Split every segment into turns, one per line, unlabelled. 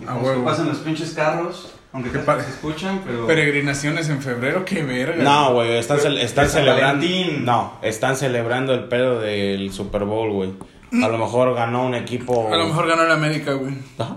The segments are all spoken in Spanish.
Y
A
como que
huevo.
pasan los pinches carros, aunque
Que
casi
pa-
no se escuchan, pero...
Peregrinaciones en febrero, qué verga.
No, güey, están, cel- están
de San
celebrando.
Valentín.
No, están celebrando el pedo del Super Bowl, güey. A lo mejor ganó un equipo.
A lo mejor ganó el América, güey.
Ajá.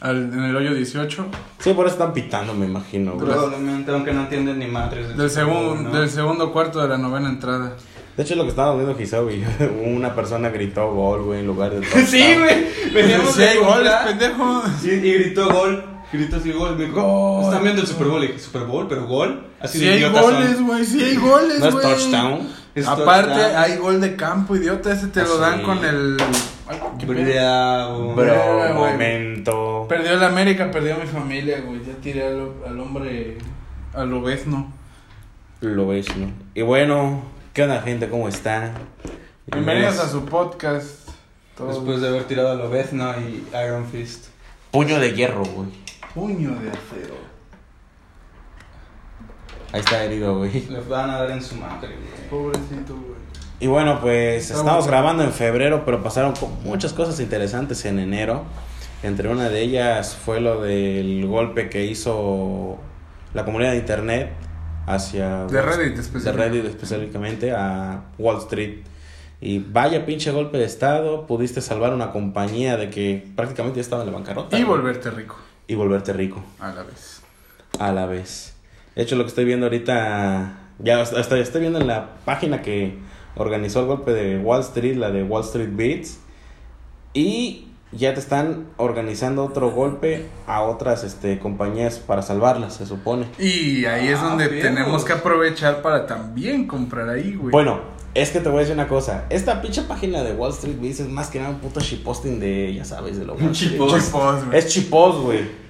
Al- en el hoyo 18.
Sí, por eso están pitando, me imagino, güey.
Probablemente, aunque no entienden ni madres.
Del, segun-
¿no?
del segundo cuarto de la novena entrada.
De hecho, lo que estaba viendo quizá, güey. Una persona gritó gol, güey, en lugar de.
Sí, güey. Veníamos
Sí,
de
hay goles,
comprar
pendejo.
Y, y gritó gol. Gritó así gol. Me dijo,
Gol.
Están viendo el Super Bowl. Le dije, Super Bowl, pero gol. Así
Si
de
hay
idiotas
goles,
son.
güey. Si hay goles,
No
güey.
es touchdown.
Es
Aparte,
touchdown.
hay gol de campo, idiota. Ese te lo
Ah,
dan
sí.
con el. Ay, qué pedo.
Bravo.
Bra-
Bro,
güey.
momento.
Perdió el América, perdió mi familia, güey. Ya tiré al, al hombre. Al obesno.
Lo ves, ¿no? Y bueno, ¿qué onda, gente? ¿Cómo está?
Bienvenidos a su podcast. Todos.
Después de haber tirado a Lobezno y Iron Fist.
Puño de hierro, güey.
Puño de acero.
Ahí está herido, güey.
Le van a dar en su madre, güey.
Pobrecito, güey.
Y bueno, pues
Está
estamos
bueno.
grabando en febrero, pero pasaron co- muchas cosas interesantes en enero. Entre una de ellas fue lo del golpe que hizo la comunidad de internet hacia...
De Reddit,
De
especialmente.
Reddit específicamente a Wall Street. Y vaya pinche golpe de estado, pudiste salvar una compañía de que prácticamente ya estaba en la bancarrota.
Y
güey.
volverte rico
Y volverte rico
a la vez.
a la vez. De hecho, lo que estoy viendo ahorita, ya hasta hasta estoy viendo en la página que organizó el golpe de Wall Street, la de Wall Street Beats, y ya te están organizando otro golpe a otras este, compañías para salvarlas, se supone.
Y ahí es
Ah,
donde
perros.
tenemos que aprovechar para también comprar ahí, güey.
Bueno, es que te voy a decir una cosa. Esta pinche página de Wall Street Beats es más que nada un puto shitposting de, ya sabes, de lo Wall Street.
Shitpost.
Chipos, güey.
Es chipos, güey.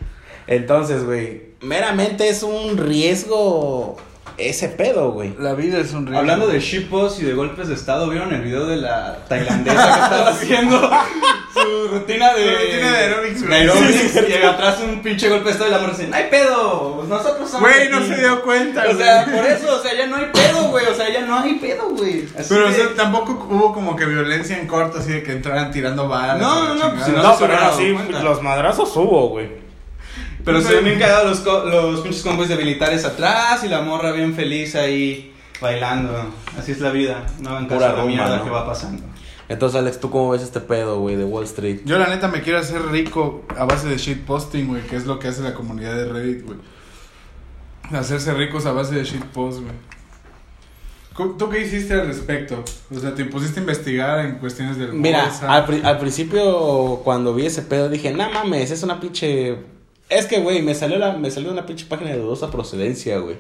Entonces, güey, meramente es un riesgo ese pedo, güey.
La vida es un riesgo.
Hablando de shipos y de golpes de estado, ¿vieron el video de la tailandesa que estaba haciendo su rutina de...
Su rutina de aeróbics, güey.
de aeróbics,
Sí, sí,
y atrás un pinche golpe de estado y la morra dice, ¡No hay pedo! Pues nosotros somos
Güey, no
aquí".
se dio cuenta,
O sea,
güey.
por eso, o sea, ya no hay pedo, güey. O sea, ya no hay pedo, güey. Así
Pero o
de-
sea, tampoco hubo como que violencia en corto, así de que entraran tirando balas.
No,
o la
no, no,
chingada.
pues, si no-
No,
se
pero
hubiera
aún
dado
así,
cuenta.
los madrazos hubo, güey.
Pero se ven bien cagados los, co- los pinches convoys de militares atrás y la morra bien feliz ahí bailando. Así es la vida. No hagan caso
Pura
a la
rumba,
mierda
¿no?
que va pasando.
Entonces, Alex, ¿tú cómo ves este pedo, güey, de Wall Street?
Yo la neta me quiero hacer rico a base de shitposting, güey, que es lo que hace la comunidad de Reddit, güey. Hacerse ricos a base de shitpost, güey. ¿Cu- ¿Tú qué hiciste al respecto? O sea, te pusiste a investigar en cuestiones del
Mira,
bolsa?
al, pri- al principio, cuando vi ese pedo, dije, no mames, es una pinche. Es que, güey, me salió, la, me salió una pinche página de dudosa procedencia, güey.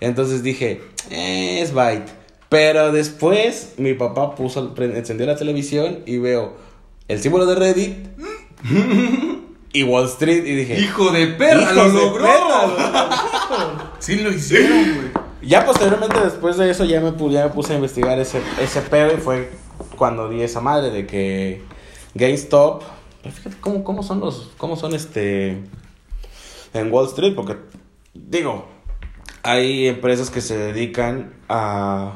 Entonces dije, "Eh, es Byte. Pero después, mi papá puso, el- pre- encendió la televisión y veo el símbolo de Reddit y Wall Street. Y dije,
¡Hijo de perra! ¡Lo
"Hijos de
logró!
perra, güey".
Sí lo hicieron, güey.
Ya posteriormente después de eso ya me, pu- ya me puse a investigar ese, ese pedo y fue cuando di esa madre de que GameStop... Pero fíjate cómo, cómo son los... cómo son este... en Wall Street porque... digo, hay empresas que se dedican a...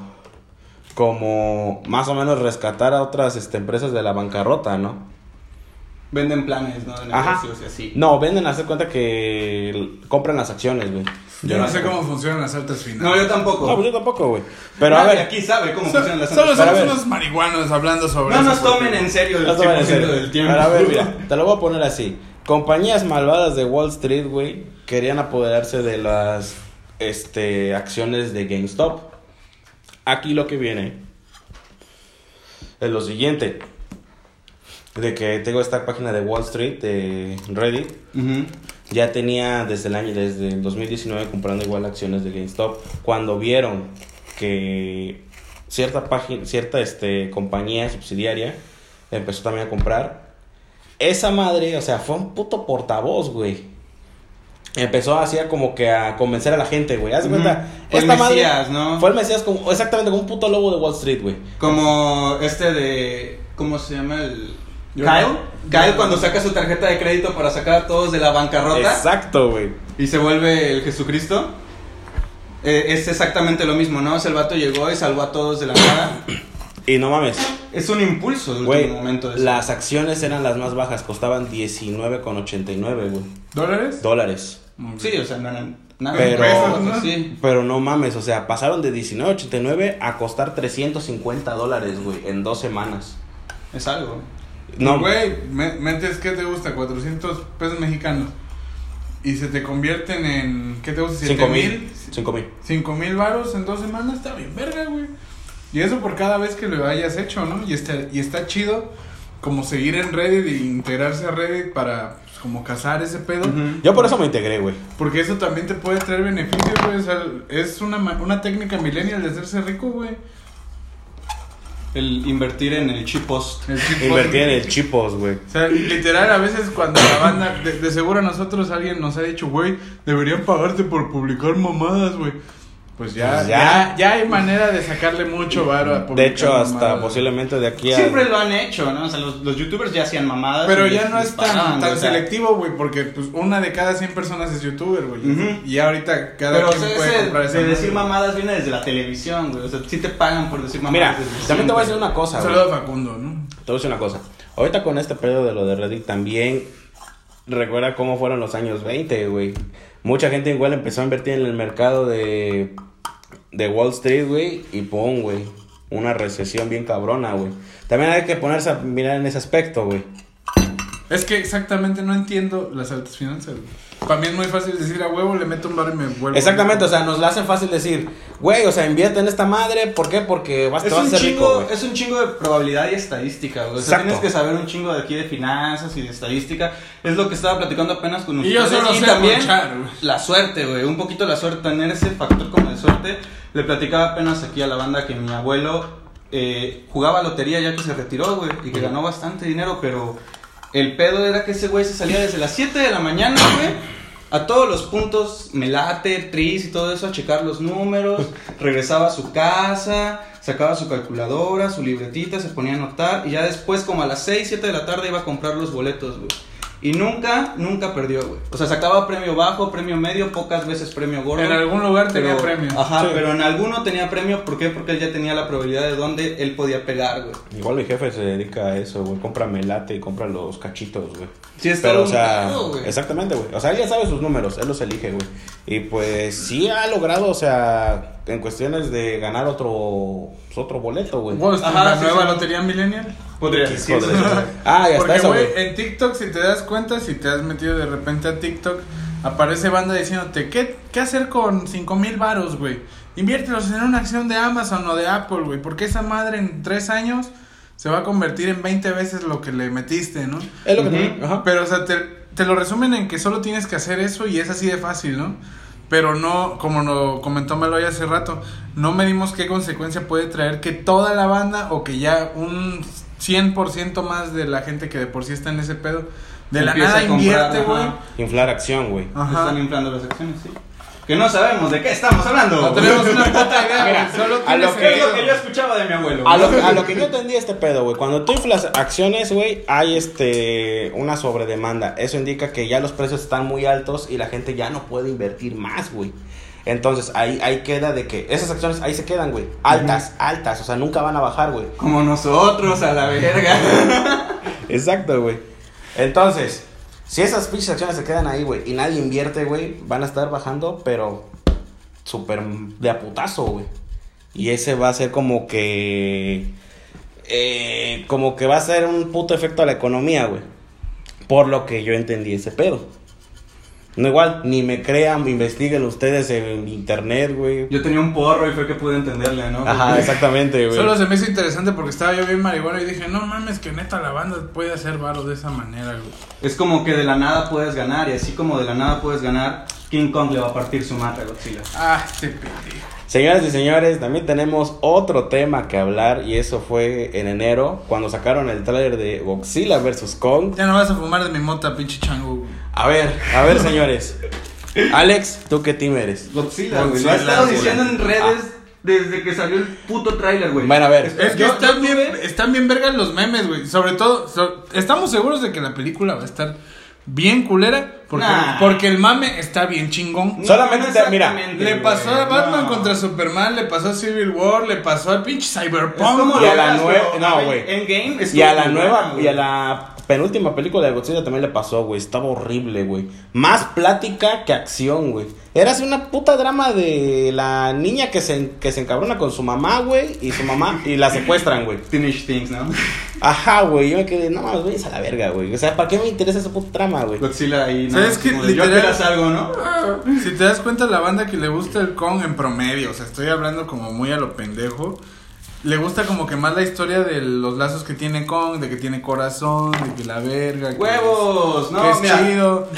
como más o menos rescatar a otras este, empresas de la bancarrota, ¿no?
Venden planes, ¿no? De
Ajá.
negocios y así.
No, venden a hacer cuenta que l- compran las acciones, güey.
Yo no sé cómo funcionan las altas finanzas.
No, yo tampoco.
No, pues yo tampoco, güey. Pero a
Nadie
ver...
aquí sabe cómo funcionan las
Solo
cosas.
Pero a
somos
ver.
unos marihuanos hablando sobre
No
eso,
nos
porque-
tomen en serio el
No te
100%
van a hacer.
del tiempo.
Ahora, a ver, mira, te lo voy a poner así. Compañías malvadas de Wall Street, güey, querían apoderarse de las este, acciones de GameStop. Aquí lo que viene es lo siguiente. De que tengo esta página de Wall Street, de Reddit.
Ujú.
Ya tenía desde el año, desde el 2019 comprando igual acciones de GameStop. Cuando vieron que cierta página, cierta este, compañía subsidiaria empezó también a comprar. Esa madre, o sea, fue un puto portavoz, güey. Empezó así a como que a convencer a la gente, güey. Haz de cuenta.
Ujú. Fue el Mesías, ¿no?
Fue el Mesías como, exactamente como un puto lobo de Wall Street, güey.
Como este de. ¿Cómo se llama el.?
Yo-
Kyle. Kyle
Yo-
cuando saca su tarjeta de crédito para sacar a todos de la bancarrota.
Exacto, güey.
y se vuelve el Jesucristo. eh, es exactamente lo mismo, ¿no? O sea, el vato llegó y salvó a todos de la nada.
Y no mames,
Es un impulso de
güey,
último momento. eso.
las acciones eran las más bajas, costaban 19,89, güey,
¿Dólares?
dólares.
Sí, o sea, no eran nada.
Pero-
Pesos, ¿no? Sí.
Pero no mames, o sea, pasaron de 19.89 a costar 350 dólares, güey, en dos semanas.
Es algo.
No,
Pues, Güey, me- metes, ¿qué te gusta? 400 pesos mexicanos. Y se te convierten en, ¿qué te gusta?
5
¿7
mil.
mil?
5 mil.
5 mil varos en dos semanas está bien verga, güey. Y eso por cada vez que lo hayas hecho, ¿no? Y está, y está chido como seguir en Reddit e integrarse a Reddit para pues, como cazar ese pedo.
Ujú.
Yo por eso me integré, güey.
Porque eso también te puede traer beneficios, güey. O sea, es una, ma- una técnica millennial de hacerse rico, güey.
El invertir en el chip post.
El chip
Invertí en
posting.
el chipos, güey.
O sea, literal, a veces cuando la banda, de, de seguro a nosotros alguien nos ha dicho, güey, deberían pagarte por publicar mamadas, güey. Pues ya,
Pues ya.
ya, ya hay manera de sacarle mucho varo a
De
publicar
hecho, hasta
mamadas.
posiblemente de aquí a...
Siempre lo han hecho, ¿no? O sea, los, los youtubers ya hacían mamadas.
Pero
y
ya
les-
no
les
es tan,
pagaban,
tan
o sea.
selectivo, güey, porque pues una de cada 100 personas es youtuber, güey.
Ujú.
Y ahorita cada
Pero o
quien
sea,
puede
ese
comprar esa
de decir
madre.
mamadas viene desde la televisión, güey. O sea, sí te pagan por decir
Mira,
mamadas. desde
también te voy a decir
siempre.
una cosa,
Un
güey.
saludo a Facundo, ¿no?
Te voy a decir una cosa. Ahorita con este pedo de lo de Reddit también recuerda cómo fueron los años 20, güey. Mucha gente igual empezó a invertir en el mercado de, de Wall Street, güey, y pum, güey. Una recesión bien cabrona, güey. También hay que ponerse a mirar en ese aspecto, güey.
Es que exactamente no entiendo las altas finanzas, güey. Para mí es muy fácil decir a huevo, le meto un bar y me vuelvo.
Exactamente, o sea, nos la hacen fácil decir, güey, o sea, invierte en esta madre, ¿por qué? Porque vas, te
Es
vas a
un,
hacer rico,
chingo,
güey.
es un chingo de probabilidad y estadística, güey. O sea,
Exacto.
tienes que saber un chingo de aquí de finanzas y de estadística. Es lo que estaba platicando apenas con
Y
ustedes.
yo solo sé
también
luchar, güey.
la suerte, güey. Un poquito la suerte, tener ese factor como de suerte. Le platicaba apenas aquí a la banda que mi abuelo eh, jugaba lotería ya que se retiró, güey. Y que ganó bastante dinero, pero el pedo era que ese güey se salía desde las 7 de la mañana, güey. A todos los puntos, melate, tris y todo eso, a checar los números, regresaba a su casa, sacaba su calculadora, su libretita, se ponía a anotar y ya después como a las 6, 7 de la tarde iba a comprar los boletos, güey. Y nunca, nunca perdió, güey. O sea, sacaba premio bajo, premio medio, pocas veces premio gordo.
En algún lugar tenía
pero-
premio.
Ajá,
Sí.
pero en alguno tenía premio, ¿por qué? Porque él ya tenía la probabilidad de dónde él podía pegar, güey.
Igual mi jefe se dedica a eso, güey. Compra melate y compra los cachitos, güey.
Sí, está
Pero, o
un
sea,
pedo, güey.
exactamente, güey. O sea, él ya sabe sus números, él los elige, güey. Y pues sí ha logrado, o sea, en cuestiones de ganar otro pues, otro boleto, güey.
Wall Street,
Ajá,
la
sí,
nueva
sí.
lotería millennial.
Podría
Qué
decirse.
joder. Ah, ya está
Porque,
eso, güey.
güey, en TikTok, si te das cuenta, si te has metido de repente a TikTok, aparece banda diciéndote, ¿qué, qué hacer con 5 mil varos, güey? Inviértelos en una acción de Amazon o de Apple, güey, porque esa madre en 3 años se va a convertir en 20 veces lo que le metiste, ¿no?
Es lo que
Ujú.
tiene, ajá.
Pero, o sea, te, te lo resumen en que solo tienes que hacer eso y es así de fácil, ¿no? Pero no, como lo comentó Meloy hace rato, no medimos qué consecuencia puede traer que toda la banda o que ya un 100% más de la gente que de por sí está en ese pedo, de la
Empieza
nada
a comprar,
invierte, güey.
ajá.
Inflar acción, güey.
Ajá.
Están inflando las acciones, sí. Que no sabemos de qué estamos hablando.
No tenemos una puta idea,
Mira,
güey, solo
a
tiene
lo
¿Qué es lo
sentido.
que yo escuchaba de mi abuelo?
A lo, a lo que yo entendí este pedo, güey. Cuando tú inflas acciones, güey, hay este una sobredemanda. Eso indica que ya los precios están muy altos y la gente ya no puede invertir más, güey. Entonces ahí, ahí queda de que esas acciones ahí se quedan, güey. Altas, altas. O sea, nunca van a bajar, güey.
Como nosotros, a la verga.
Exacto, güey. Entonces, si esas pinches acciones se quedan ahí, güey, y nadie invierte, güey, van a estar bajando, pero súper de a putazo, güey. Y ese va a ser como que. eh, como que va a ser un puto efecto a la economía, güey. Por lo que yo entendí ese pedo. No igual, ni me crean, investiguen ustedes en internet, güey.
Yo tenía un porro y fue que pude entenderle, ¿no?
Ajá, exactamente, güey.
Solo se me hizo interesante porque estaba yo bien marihuana y dije, no mames, que neta la banda puede hacer varo de esa manera, güey.
Es como que de la nada puedes ganar y así como de la nada puedes ganar, King Kong le va a partir su mata a Godzilla.
Ah, este pendejo.
Señoras y señores, también tenemos otro tema que hablar y eso fue en enero cuando sacaron el tráiler de Godzilla vs Kong.
Ya no vas a fumar de mi mota, pinche chango, güey.
A ver, a ver, señores. Alex, ¿tú qué team eres?
Godzilla, güey. Ah. Lo
Godzilla,
ha estado
güey.
diciendo en redes desde que salió el puto tráiler, güey.
Bueno, a ver.
Es que
Yo-
están,
yo
bien,
tuve-
están bien vergas los memes, güey. Sobre todo, so- estamos seguros de que la película va a estar bien culera Porque,
Nah.
porque el mame está bien chingón.
No,
Solamente
no
te- mira,
exactamente,
Le
güey.
pasó a Batman
No.
contra Superman, le pasó a Civil War, le pasó al pinche
Es
Cyberpunk.
como
Y
güey.
a la
veas,
nueva-
pero,
no,
güey,
güey.
Endgame
Y
estuvo
a la
muy
nueva,
buena,
y a la penúltima película de Godzilla también le pasó, güey. Estaba horrible, güey. Más plática que acción, güey. Era así una puta drama de la niña que se, en- que se encabrona con su mamá, güey. Y su mamá, y la secuestran, güey.
Finish Things, ¿no?
Ajá, güey. Yo me quedé, no mames, güey, es a la verga, güey. O sea, ¿para qué me interesa esa puta trama, güey?
Godzilla ahí. ¿no?
¿Sabes qué?
Como de, Yo
Literal-
esperas algo, ¿no?
Si te das cuenta, la banda que le gusta el Kong en promedio, o sea, estoy hablando como muy a lo pendejo, le gusta como que más la historia de los lazos que tiene Kong, de que tiene corazón, de que la verga. que
¡Huevos!
es-
No,
que es
mira.
chido.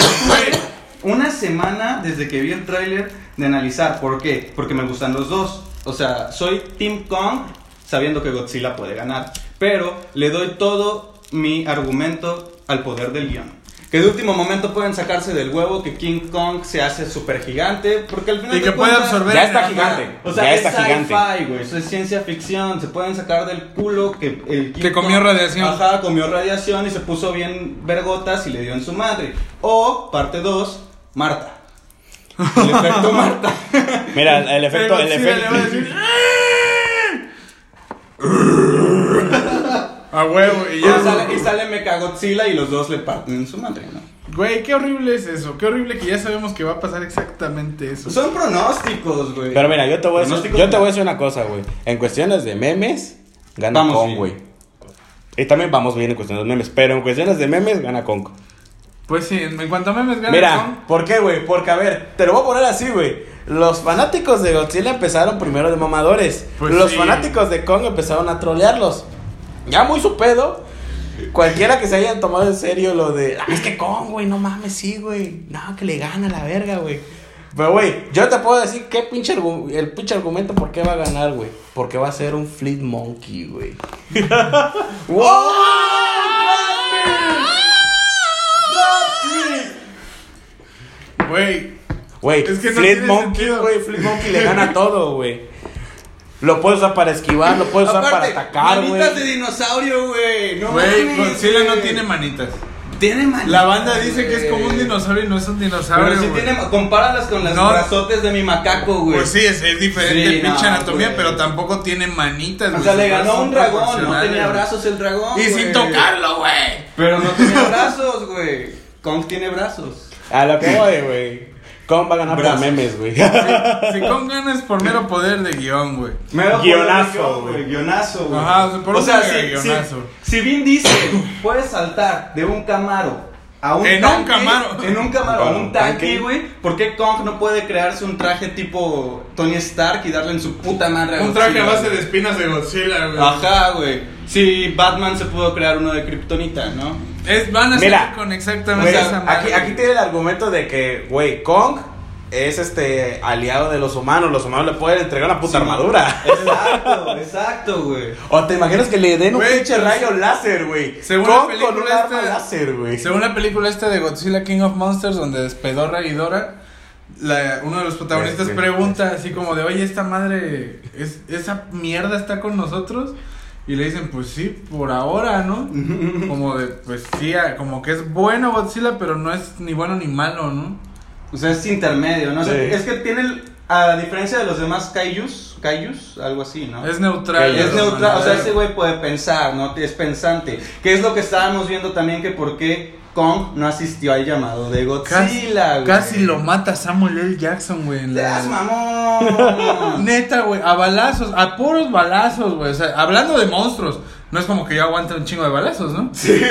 Una semana desde que vi el tráiler de analizar. ¿Por qué? Porque me gustan los dos. O sea, soy Team Kong sabiendo que Godzilla puede ganar. Pero le doy todo mi argumento al poder del guión. Que de último momento pueden sacarse del huevo que King Kong se hace súper gigante. Porque al final.
Y
de
que puede
cuentas-
absorber-
Ya está
Ajá.
gigante.
O sea,
ya
es
está gigante.
sci-fi, güey. Eso es ciencia ficción. Se pueden sacar del culo que el King
Que comió
Kong-
radiación.
Ajá, comió radiación y se puso bien vergotas y le dio en su madre. O, parte 2, Marta. El efecto Marta.
Mira, el efecto, el
Pero sí, le va a
efecto.
decir, "¡Ah!". A huevo, y
Y,
ya.
sale, y sale Mechagodzilla y los dos le parten en su madre, ¿no?
Güey, qué horrible es eso. Qué horrible que ya sabemos que va a pasar exactamente eso.
Son pronósticos, güey.
Pero mira, yo te voy a decir,
Pronósticos
yo te voy a decir una cosa, güey. En cuestiones de memes, gana
Vamos
Kong,
bien.
güey. Y también vamos bien en cuestiones de memes, pero en cuestiones de memes gana Kong.
Pues sí, en en cuanto a memes ganan Kong,
Mira, ¿por qué, güey? Porque, a ver, te lo voy a poner así, güey. Los fanáticos de Godzilla empezaron primero de mamadores.
Pues
los
sí.
fanáticos de Kong empezaron a trolearlos. Ya muy su pedo. Cualquiera que se hayan tomado en serio lo de, "Ah, es que Kong, güey, no mames, sí, güey. No, que le gana la verga, güey. Pero, güey, yo te puedo decir qué pinche argu- el pinche argumento por qué va a ganar, güey. Porque va a ser un Fleet Monkey, güey. ¡Wow!
Güey,
Güey,
Es que no
Fleet
tiene
Monkey,
sentido.
güey, Fleet Monkey le gana todo, güey. Lo puedes usar para esquivar, lo puedes usar para atacar, güey.
manitas de dinosaurio, güey. No
güey,
mames,
Godzilla no
güey.
tiene manitas.
Tiene manitas.
La banda dice que es como un
güey.
dinosaurio y no es un
Pero
dinosaurio.
si
güey.
tiene, compáralas con las
No.
brazotes de mi macaco, güey.
Pues sí, es, es diferente
Sí,
pinche
no,
anatomía,
güey.
pero tampoco tiene manitas.
O
güey,
sea, le
son
ganó un dragón, no
proporcionales.
tenía brazos el dragón.
Y
güey.
sin tocarlo, güey.
Pero no tenía brazos, güey. Kong tiene brazos.
A lo que voy, güey. ¿Cómo va a ganar por
Brazos.
memes, güey?
Si con ganas por mero poder de guión, güey.
Mero
Guionazo,
poder,
güey.
Guionazo, güey.
Ajá, o sea, por
o
un
sea,
mega
si,
guionazo.
Si, si Vin Diesel puede saltar de un camaro a un
En
tanque,
un Camaro.
En un camaro a un
Un tanque.
tanque, güey. ¿Por qué Kong no puede crearse un traje tipo Tony Stark y darle en su puta madre a
Un traje a
Godzilla,
base
güey?
de espinas de Godzilla, güey.
Ajá, güey. Sí, Batman se pudo crear uno de Kryptonita, ¿no?
Es, van a
Mira,
salir con exactamente
Güey,
esa
aquí,
madre.
aquí tiene el argumento de que, güey, Kong es este aliado de los humanos. Los humanos le pueden entregar una puta
Sí.
armadura.
Exacto, exacto, güey.
O te imaginas que le den un
Güey,
pinche
pues,
rayo láser, güey.
según la
Kong con un
película
arma
esta-
láser, güey.
Según la película esta de Godzilla King of Monsters, donde despedorra y Dora, la- uno de los protagonistas
Es que-
pregunta así como de, oye, esta madre, es, esa mierda está con nosotros. Y le dicen, pues sí, por ahora, ¿no? Como de, pues sí, a- como que es bueno Godzilla, pero no es ni bueno ni malo, ¿no?
O sea, es intermedio, ¿no? O sea,
Sí.
es que tiene, el- a diferencia de los demás Kaijus, Kaijus, algo así, ¿no?
Es neutral.
Que
Ah. Es
Claro,
neutral,
¿no?
o sea, ese güey puede pensar, ¿no? Es pensante. Que es lo que estábamos viendo también, que por qué Kong no asistió al llamado de
Casi,
Godzilla, güey.
casi lo mata Samuel L. Jackson, güey. en
¡Te
la-
das mamón!
Neta, güey, a balazos, a puros balazos, güey. O sea, hablando de monstruos, no es como que yo aguante un chingo de balazos, ¿no? Sí.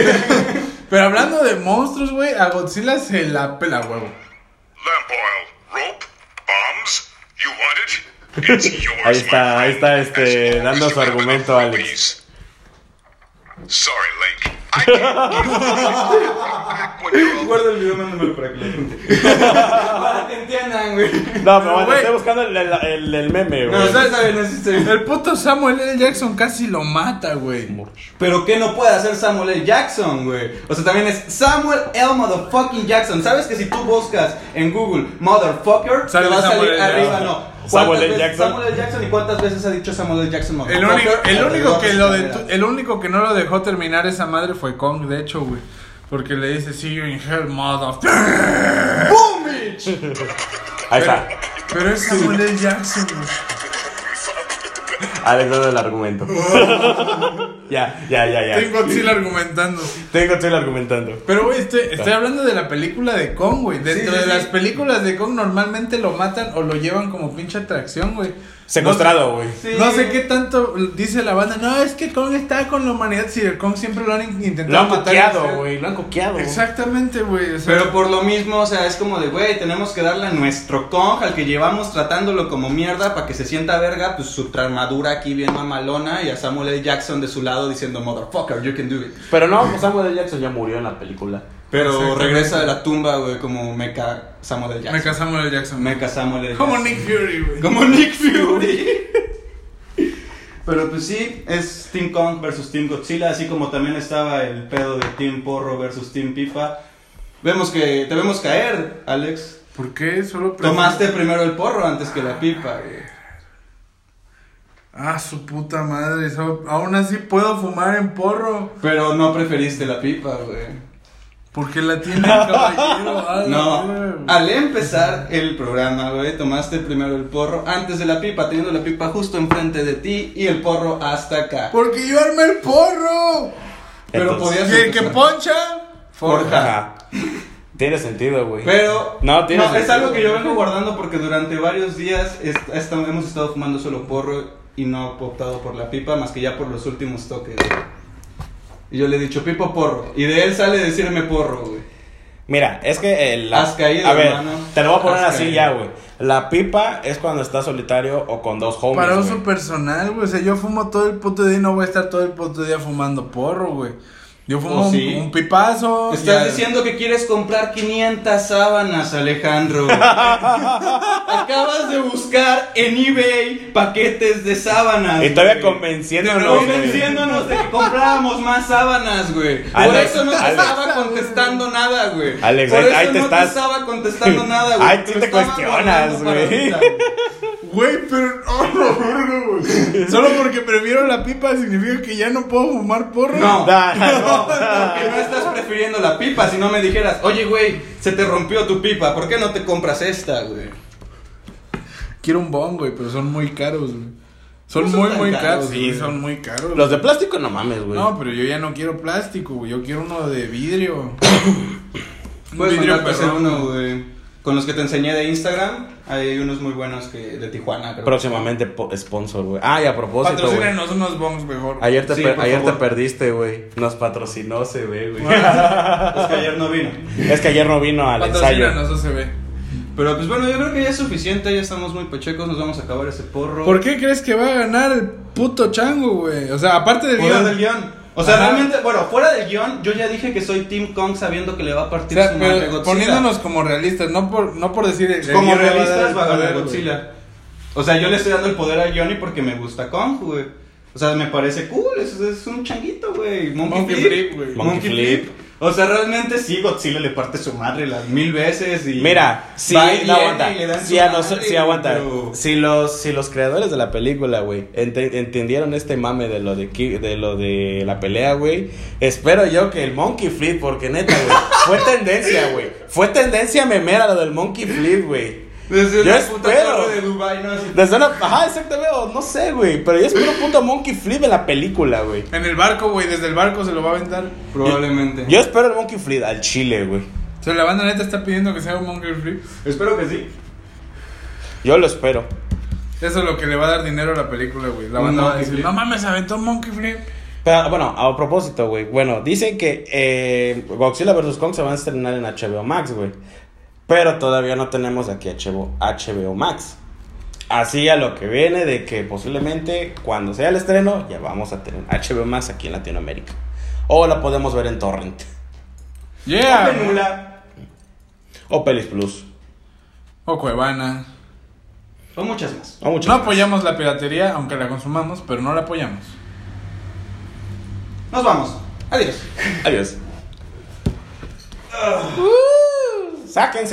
Pero hablando de monstruos, güey, a Godzilla se la pela huevo.
Lamp oil, rope, bombs. You want it? It's yours,
Ahí está,
my
ahí está,
friend.
este,
As long
dando
as
su
you have
argumento,
enough
Alex.
rupees. Sorry, Link. I can't give you back when you're all
Recuerdo el video, mándamelo para que lo apunte. Para que entiendan, güey.
No, pero bueno,
güey.
estoy buscando el, el- el- el meme,
No,
güey.
ustedes saben, no existe.
El puto Samuel L. Jackson casi lo mata, güey.
Pero ¿qué no puede hacer Samuel L. Jackson, güey? O sea, también es Samuel L. Motherfucking Jackson. ¿Sabes que si tú buscas en Google Motherfucker,
Sale
te va a
Samuel
salir
L.
arriba,
Jackson.
no? ¿Cuántas
Samuel L.
veces-
Jackson.
Samuel L. Jackson, ¿y cuántas veces ha dicho Samuel L. Jackson
El
Motherfucker?
único, el único
alrededor
que
de
lo
su
detu-
carrera?
el único que no lo dejó terminar esa madre fue Kong, de hecho, güey. Porque le dice, see you in hell, motherfucker.
Ahí está.
Pero es Samuel L. Jackson, güey.
Alejandro del argumento. ya, ya, ya, ya.
Tengo Godzilla argumentando.
Tengo estoy argumentando.
Pero, güey, estoy, estoy hablando de la película de Kong, güey. Dentro
sí,
de
sí.
las películas de Kong normalmente lo matan o lo llevan como pinche atracción, güey.
Secuestrado, güey.
Sí.
No sé qué tanto dice la banda. No, es que Kong está con la humanidad. Si el Kong siempre lo han in-
Lo
intentado
han
matar.
coqueado, güey. Lo han coqueado.
Exactamente, güey. o sea,
Pero por lo mismo, o sea, es como de, güey, tenemos que darle a nuestro Kong, al que llevamos tratándolo como mierda para que se sienta verga, pues su armadura aquí bien mamalona y a Samuel L. Jackson de su lado diciendo, motherfucker, you can do it.
Pero no, pues Samuel L. Jackson ya murió en la película.
Pero
Exactamente.
regresa de la tumba, güey, como Mecha Samuel L.
Me
Jackson.
casamos el Jackson.
Mecha Samuel L.
Como
Jackson.
Nick Fury, güey.
Como Nick Fury. Pero pues sí, es Team Kong versus Team Godzilla, así como también estaba el pedo de Team Porro versus Team Pipa. Vemos que te vemos caer, Alex.
¿Por qué solo pre-
Tomaste primero el porro antes que la pipa, güey.
Ah, su puta madre. so- Aún así puedo fumar en porro.
Pero no preferiste la pipa, güey.
Porque la tiene el caballero. Ah, la verga,
No,
güey.
al empezar el programa, güey, tomaste primero el porro antes de la pipa, teniendo la pipa justo enfrente de ti y el porro hasta acá.
Porque yo armé el porro.
Pero
Entonces-
podías
Y el que
empezar.
poncha.
Forja.
Ajá. Tiene sentido, güey.
Pero
No, tiene
es
sentido.
algo que yo vengo guardando porque durante varios días est- est- hemos estado fumando solo porro y no he optado por la pipa más que ya por los últimos toques. güey. Y yo le he dicho pipo porro y de él sale decirme porro, güey.
Mira, es que el.
Has caído,
a ver,
hermano.
te lo voy a poner
Has
así
caído.
ya, güey. La pipa es cuando estás solitario o con dos homies.
Para
güey.
uso personal, güey. O sea, yo fumo todo el puto día y no voy a estar todo el puto día fumando porro, güey. Yo fumo
Oh, sí.
un, un pipazo.
Estás
ya-
diciendo que quieres comprar 500 sábanas, Alejandro. Acabas de buscar en eBay paquetes de sábanas.
Y todavía
güey.
convenciéndonos. güey.
Convenciéndonos de que compráramos más sábanas, güey. Por
Alex,
eso no te
Alex.
estaba contestando nada, güey.
Alex,
Por
ahí-
eso
ahí te
no
estás-
te estaba contestando nada, güey.
Ay, tú te
estaba
cuestionas,
guardando para
güey.
ahorita, güey.
Güey, pero. oh, la verga, güey. Solo porque prefiero la pipa significa que ya no puedo fumar porro.
No.
Da,
No,
no.
porque no estás prefiriendo la pipa. Si no me dijeras, oye, güey, se te rompió tu pipa, ¿por qué no te compras esta, güey?
Quiero un bon, güey, pero son muy caros, güey. Son
No son
muy,
tan
muy
caros,
caros.
güey.
Sí, son muy caros.
Los de plástico no mames, güey.
No, pero yo ya no quiero plástico, güey. Yo quiero uno de vidrio. Un
Puedes mandarte hacer
perrón,
uno,
güey.
güey. Con los que te enseñé de Instagram, hay unos muy buenos que de Tijuana, creo.
Próximamente po- sponsor, güey. Ah, y a propósito, güey.
Patrocínenos unos bongs mejor.
Ayer te,
Sí,
per-
por
ayer te
favor.
perdiste, güey. Nos patrocinó se ve, güey.
Es que ayer no vino.
es que ayer no vino al ensayo.
Patrocínenos, eso se ve.
Pero pues bueno, yo creo que ya es suficiente, ya estamos muy pechecos, nos vamos a acabar ese porro.
¿Por qué crees que va a ganar el puto chango, güey? O sea, aparte del
Fuera
guión.
del guión. O sea,
Ajá.
realmente, bueno, fuera del guión, yo ya dije que soy Team Kong sabiendo que le va a
O
partir
sea,
su
pero
madre Godzilla.
poniéndonos como realistas, no por, no por decir. el
como
guión va a dar
realistas
el
va a ganar
poder,
Godzilla. O sea, yo le estoy dando el poder al Johnny porque me gusta Kong, güey. O sea, me parece cool, es, es un changuito, güey. Monkey,
Monkey
Flip,
Flip, güey.
Monkey,
Monkey
Flip.
Flip.
O sea, realmente sí, Godzilla le parte su madre las mil veces y...
Mira, si
va y viene
no aguanta,
y le dan
si,
su
a nos-
madre,
sí aguanta.
pero-
Si los, si los creadores de la película, güey, ente- entendieron este mame de lo de, ki- de lo de la pelea, güey, espero yo que el Monkey Flip, porque neta, güey, fue tendencia, güey, fue tendencia memera lo del Monkey Flip, güey.
Desde
Yo
una puta
espero.
torre de Dubai, ¿no? Así-
Desde una, ajá, exactamente, o no sé, güey, pero yo espero puto Monkey Flip en la película, güey.
En el barco, güey, desde el barco se lo va a aventar.
Probablemente.
Yo espero el Monkey Flip al Chile, güey.
O sea, la banda neta está pidiendo que sea un Monkey Flip.
Espero que sí.
Yo lo espero.
Eso es lo que le va a dar dinero a la película, güey. La
Un
banda va a
Monkey
decir,
Flip.
no mames, aventó un Monkey Flip.
Pero bueno, a propósito, güey. Bueno, dicen que eh, Godzilla vs. Kong se van a estrenar en HBO Max, güey. Pero todavía no tenemos aquí HBO, HBO Max. Así a lo que viene de que posiblemente cuando sea el estreno ya vamos a tener HBO Max aquí en Latinoamérica. O la podemos ver en Torrent.
Ponte
Yeah.
nula.
O Pelis Plus.
O Cuevana.
O muchas más.
O mucho
No
más.
apoyamos la piratería, aunque la consumamos, pero no la apoyamos.
Nos vamos. Adiós.
Adiós. Sáquense.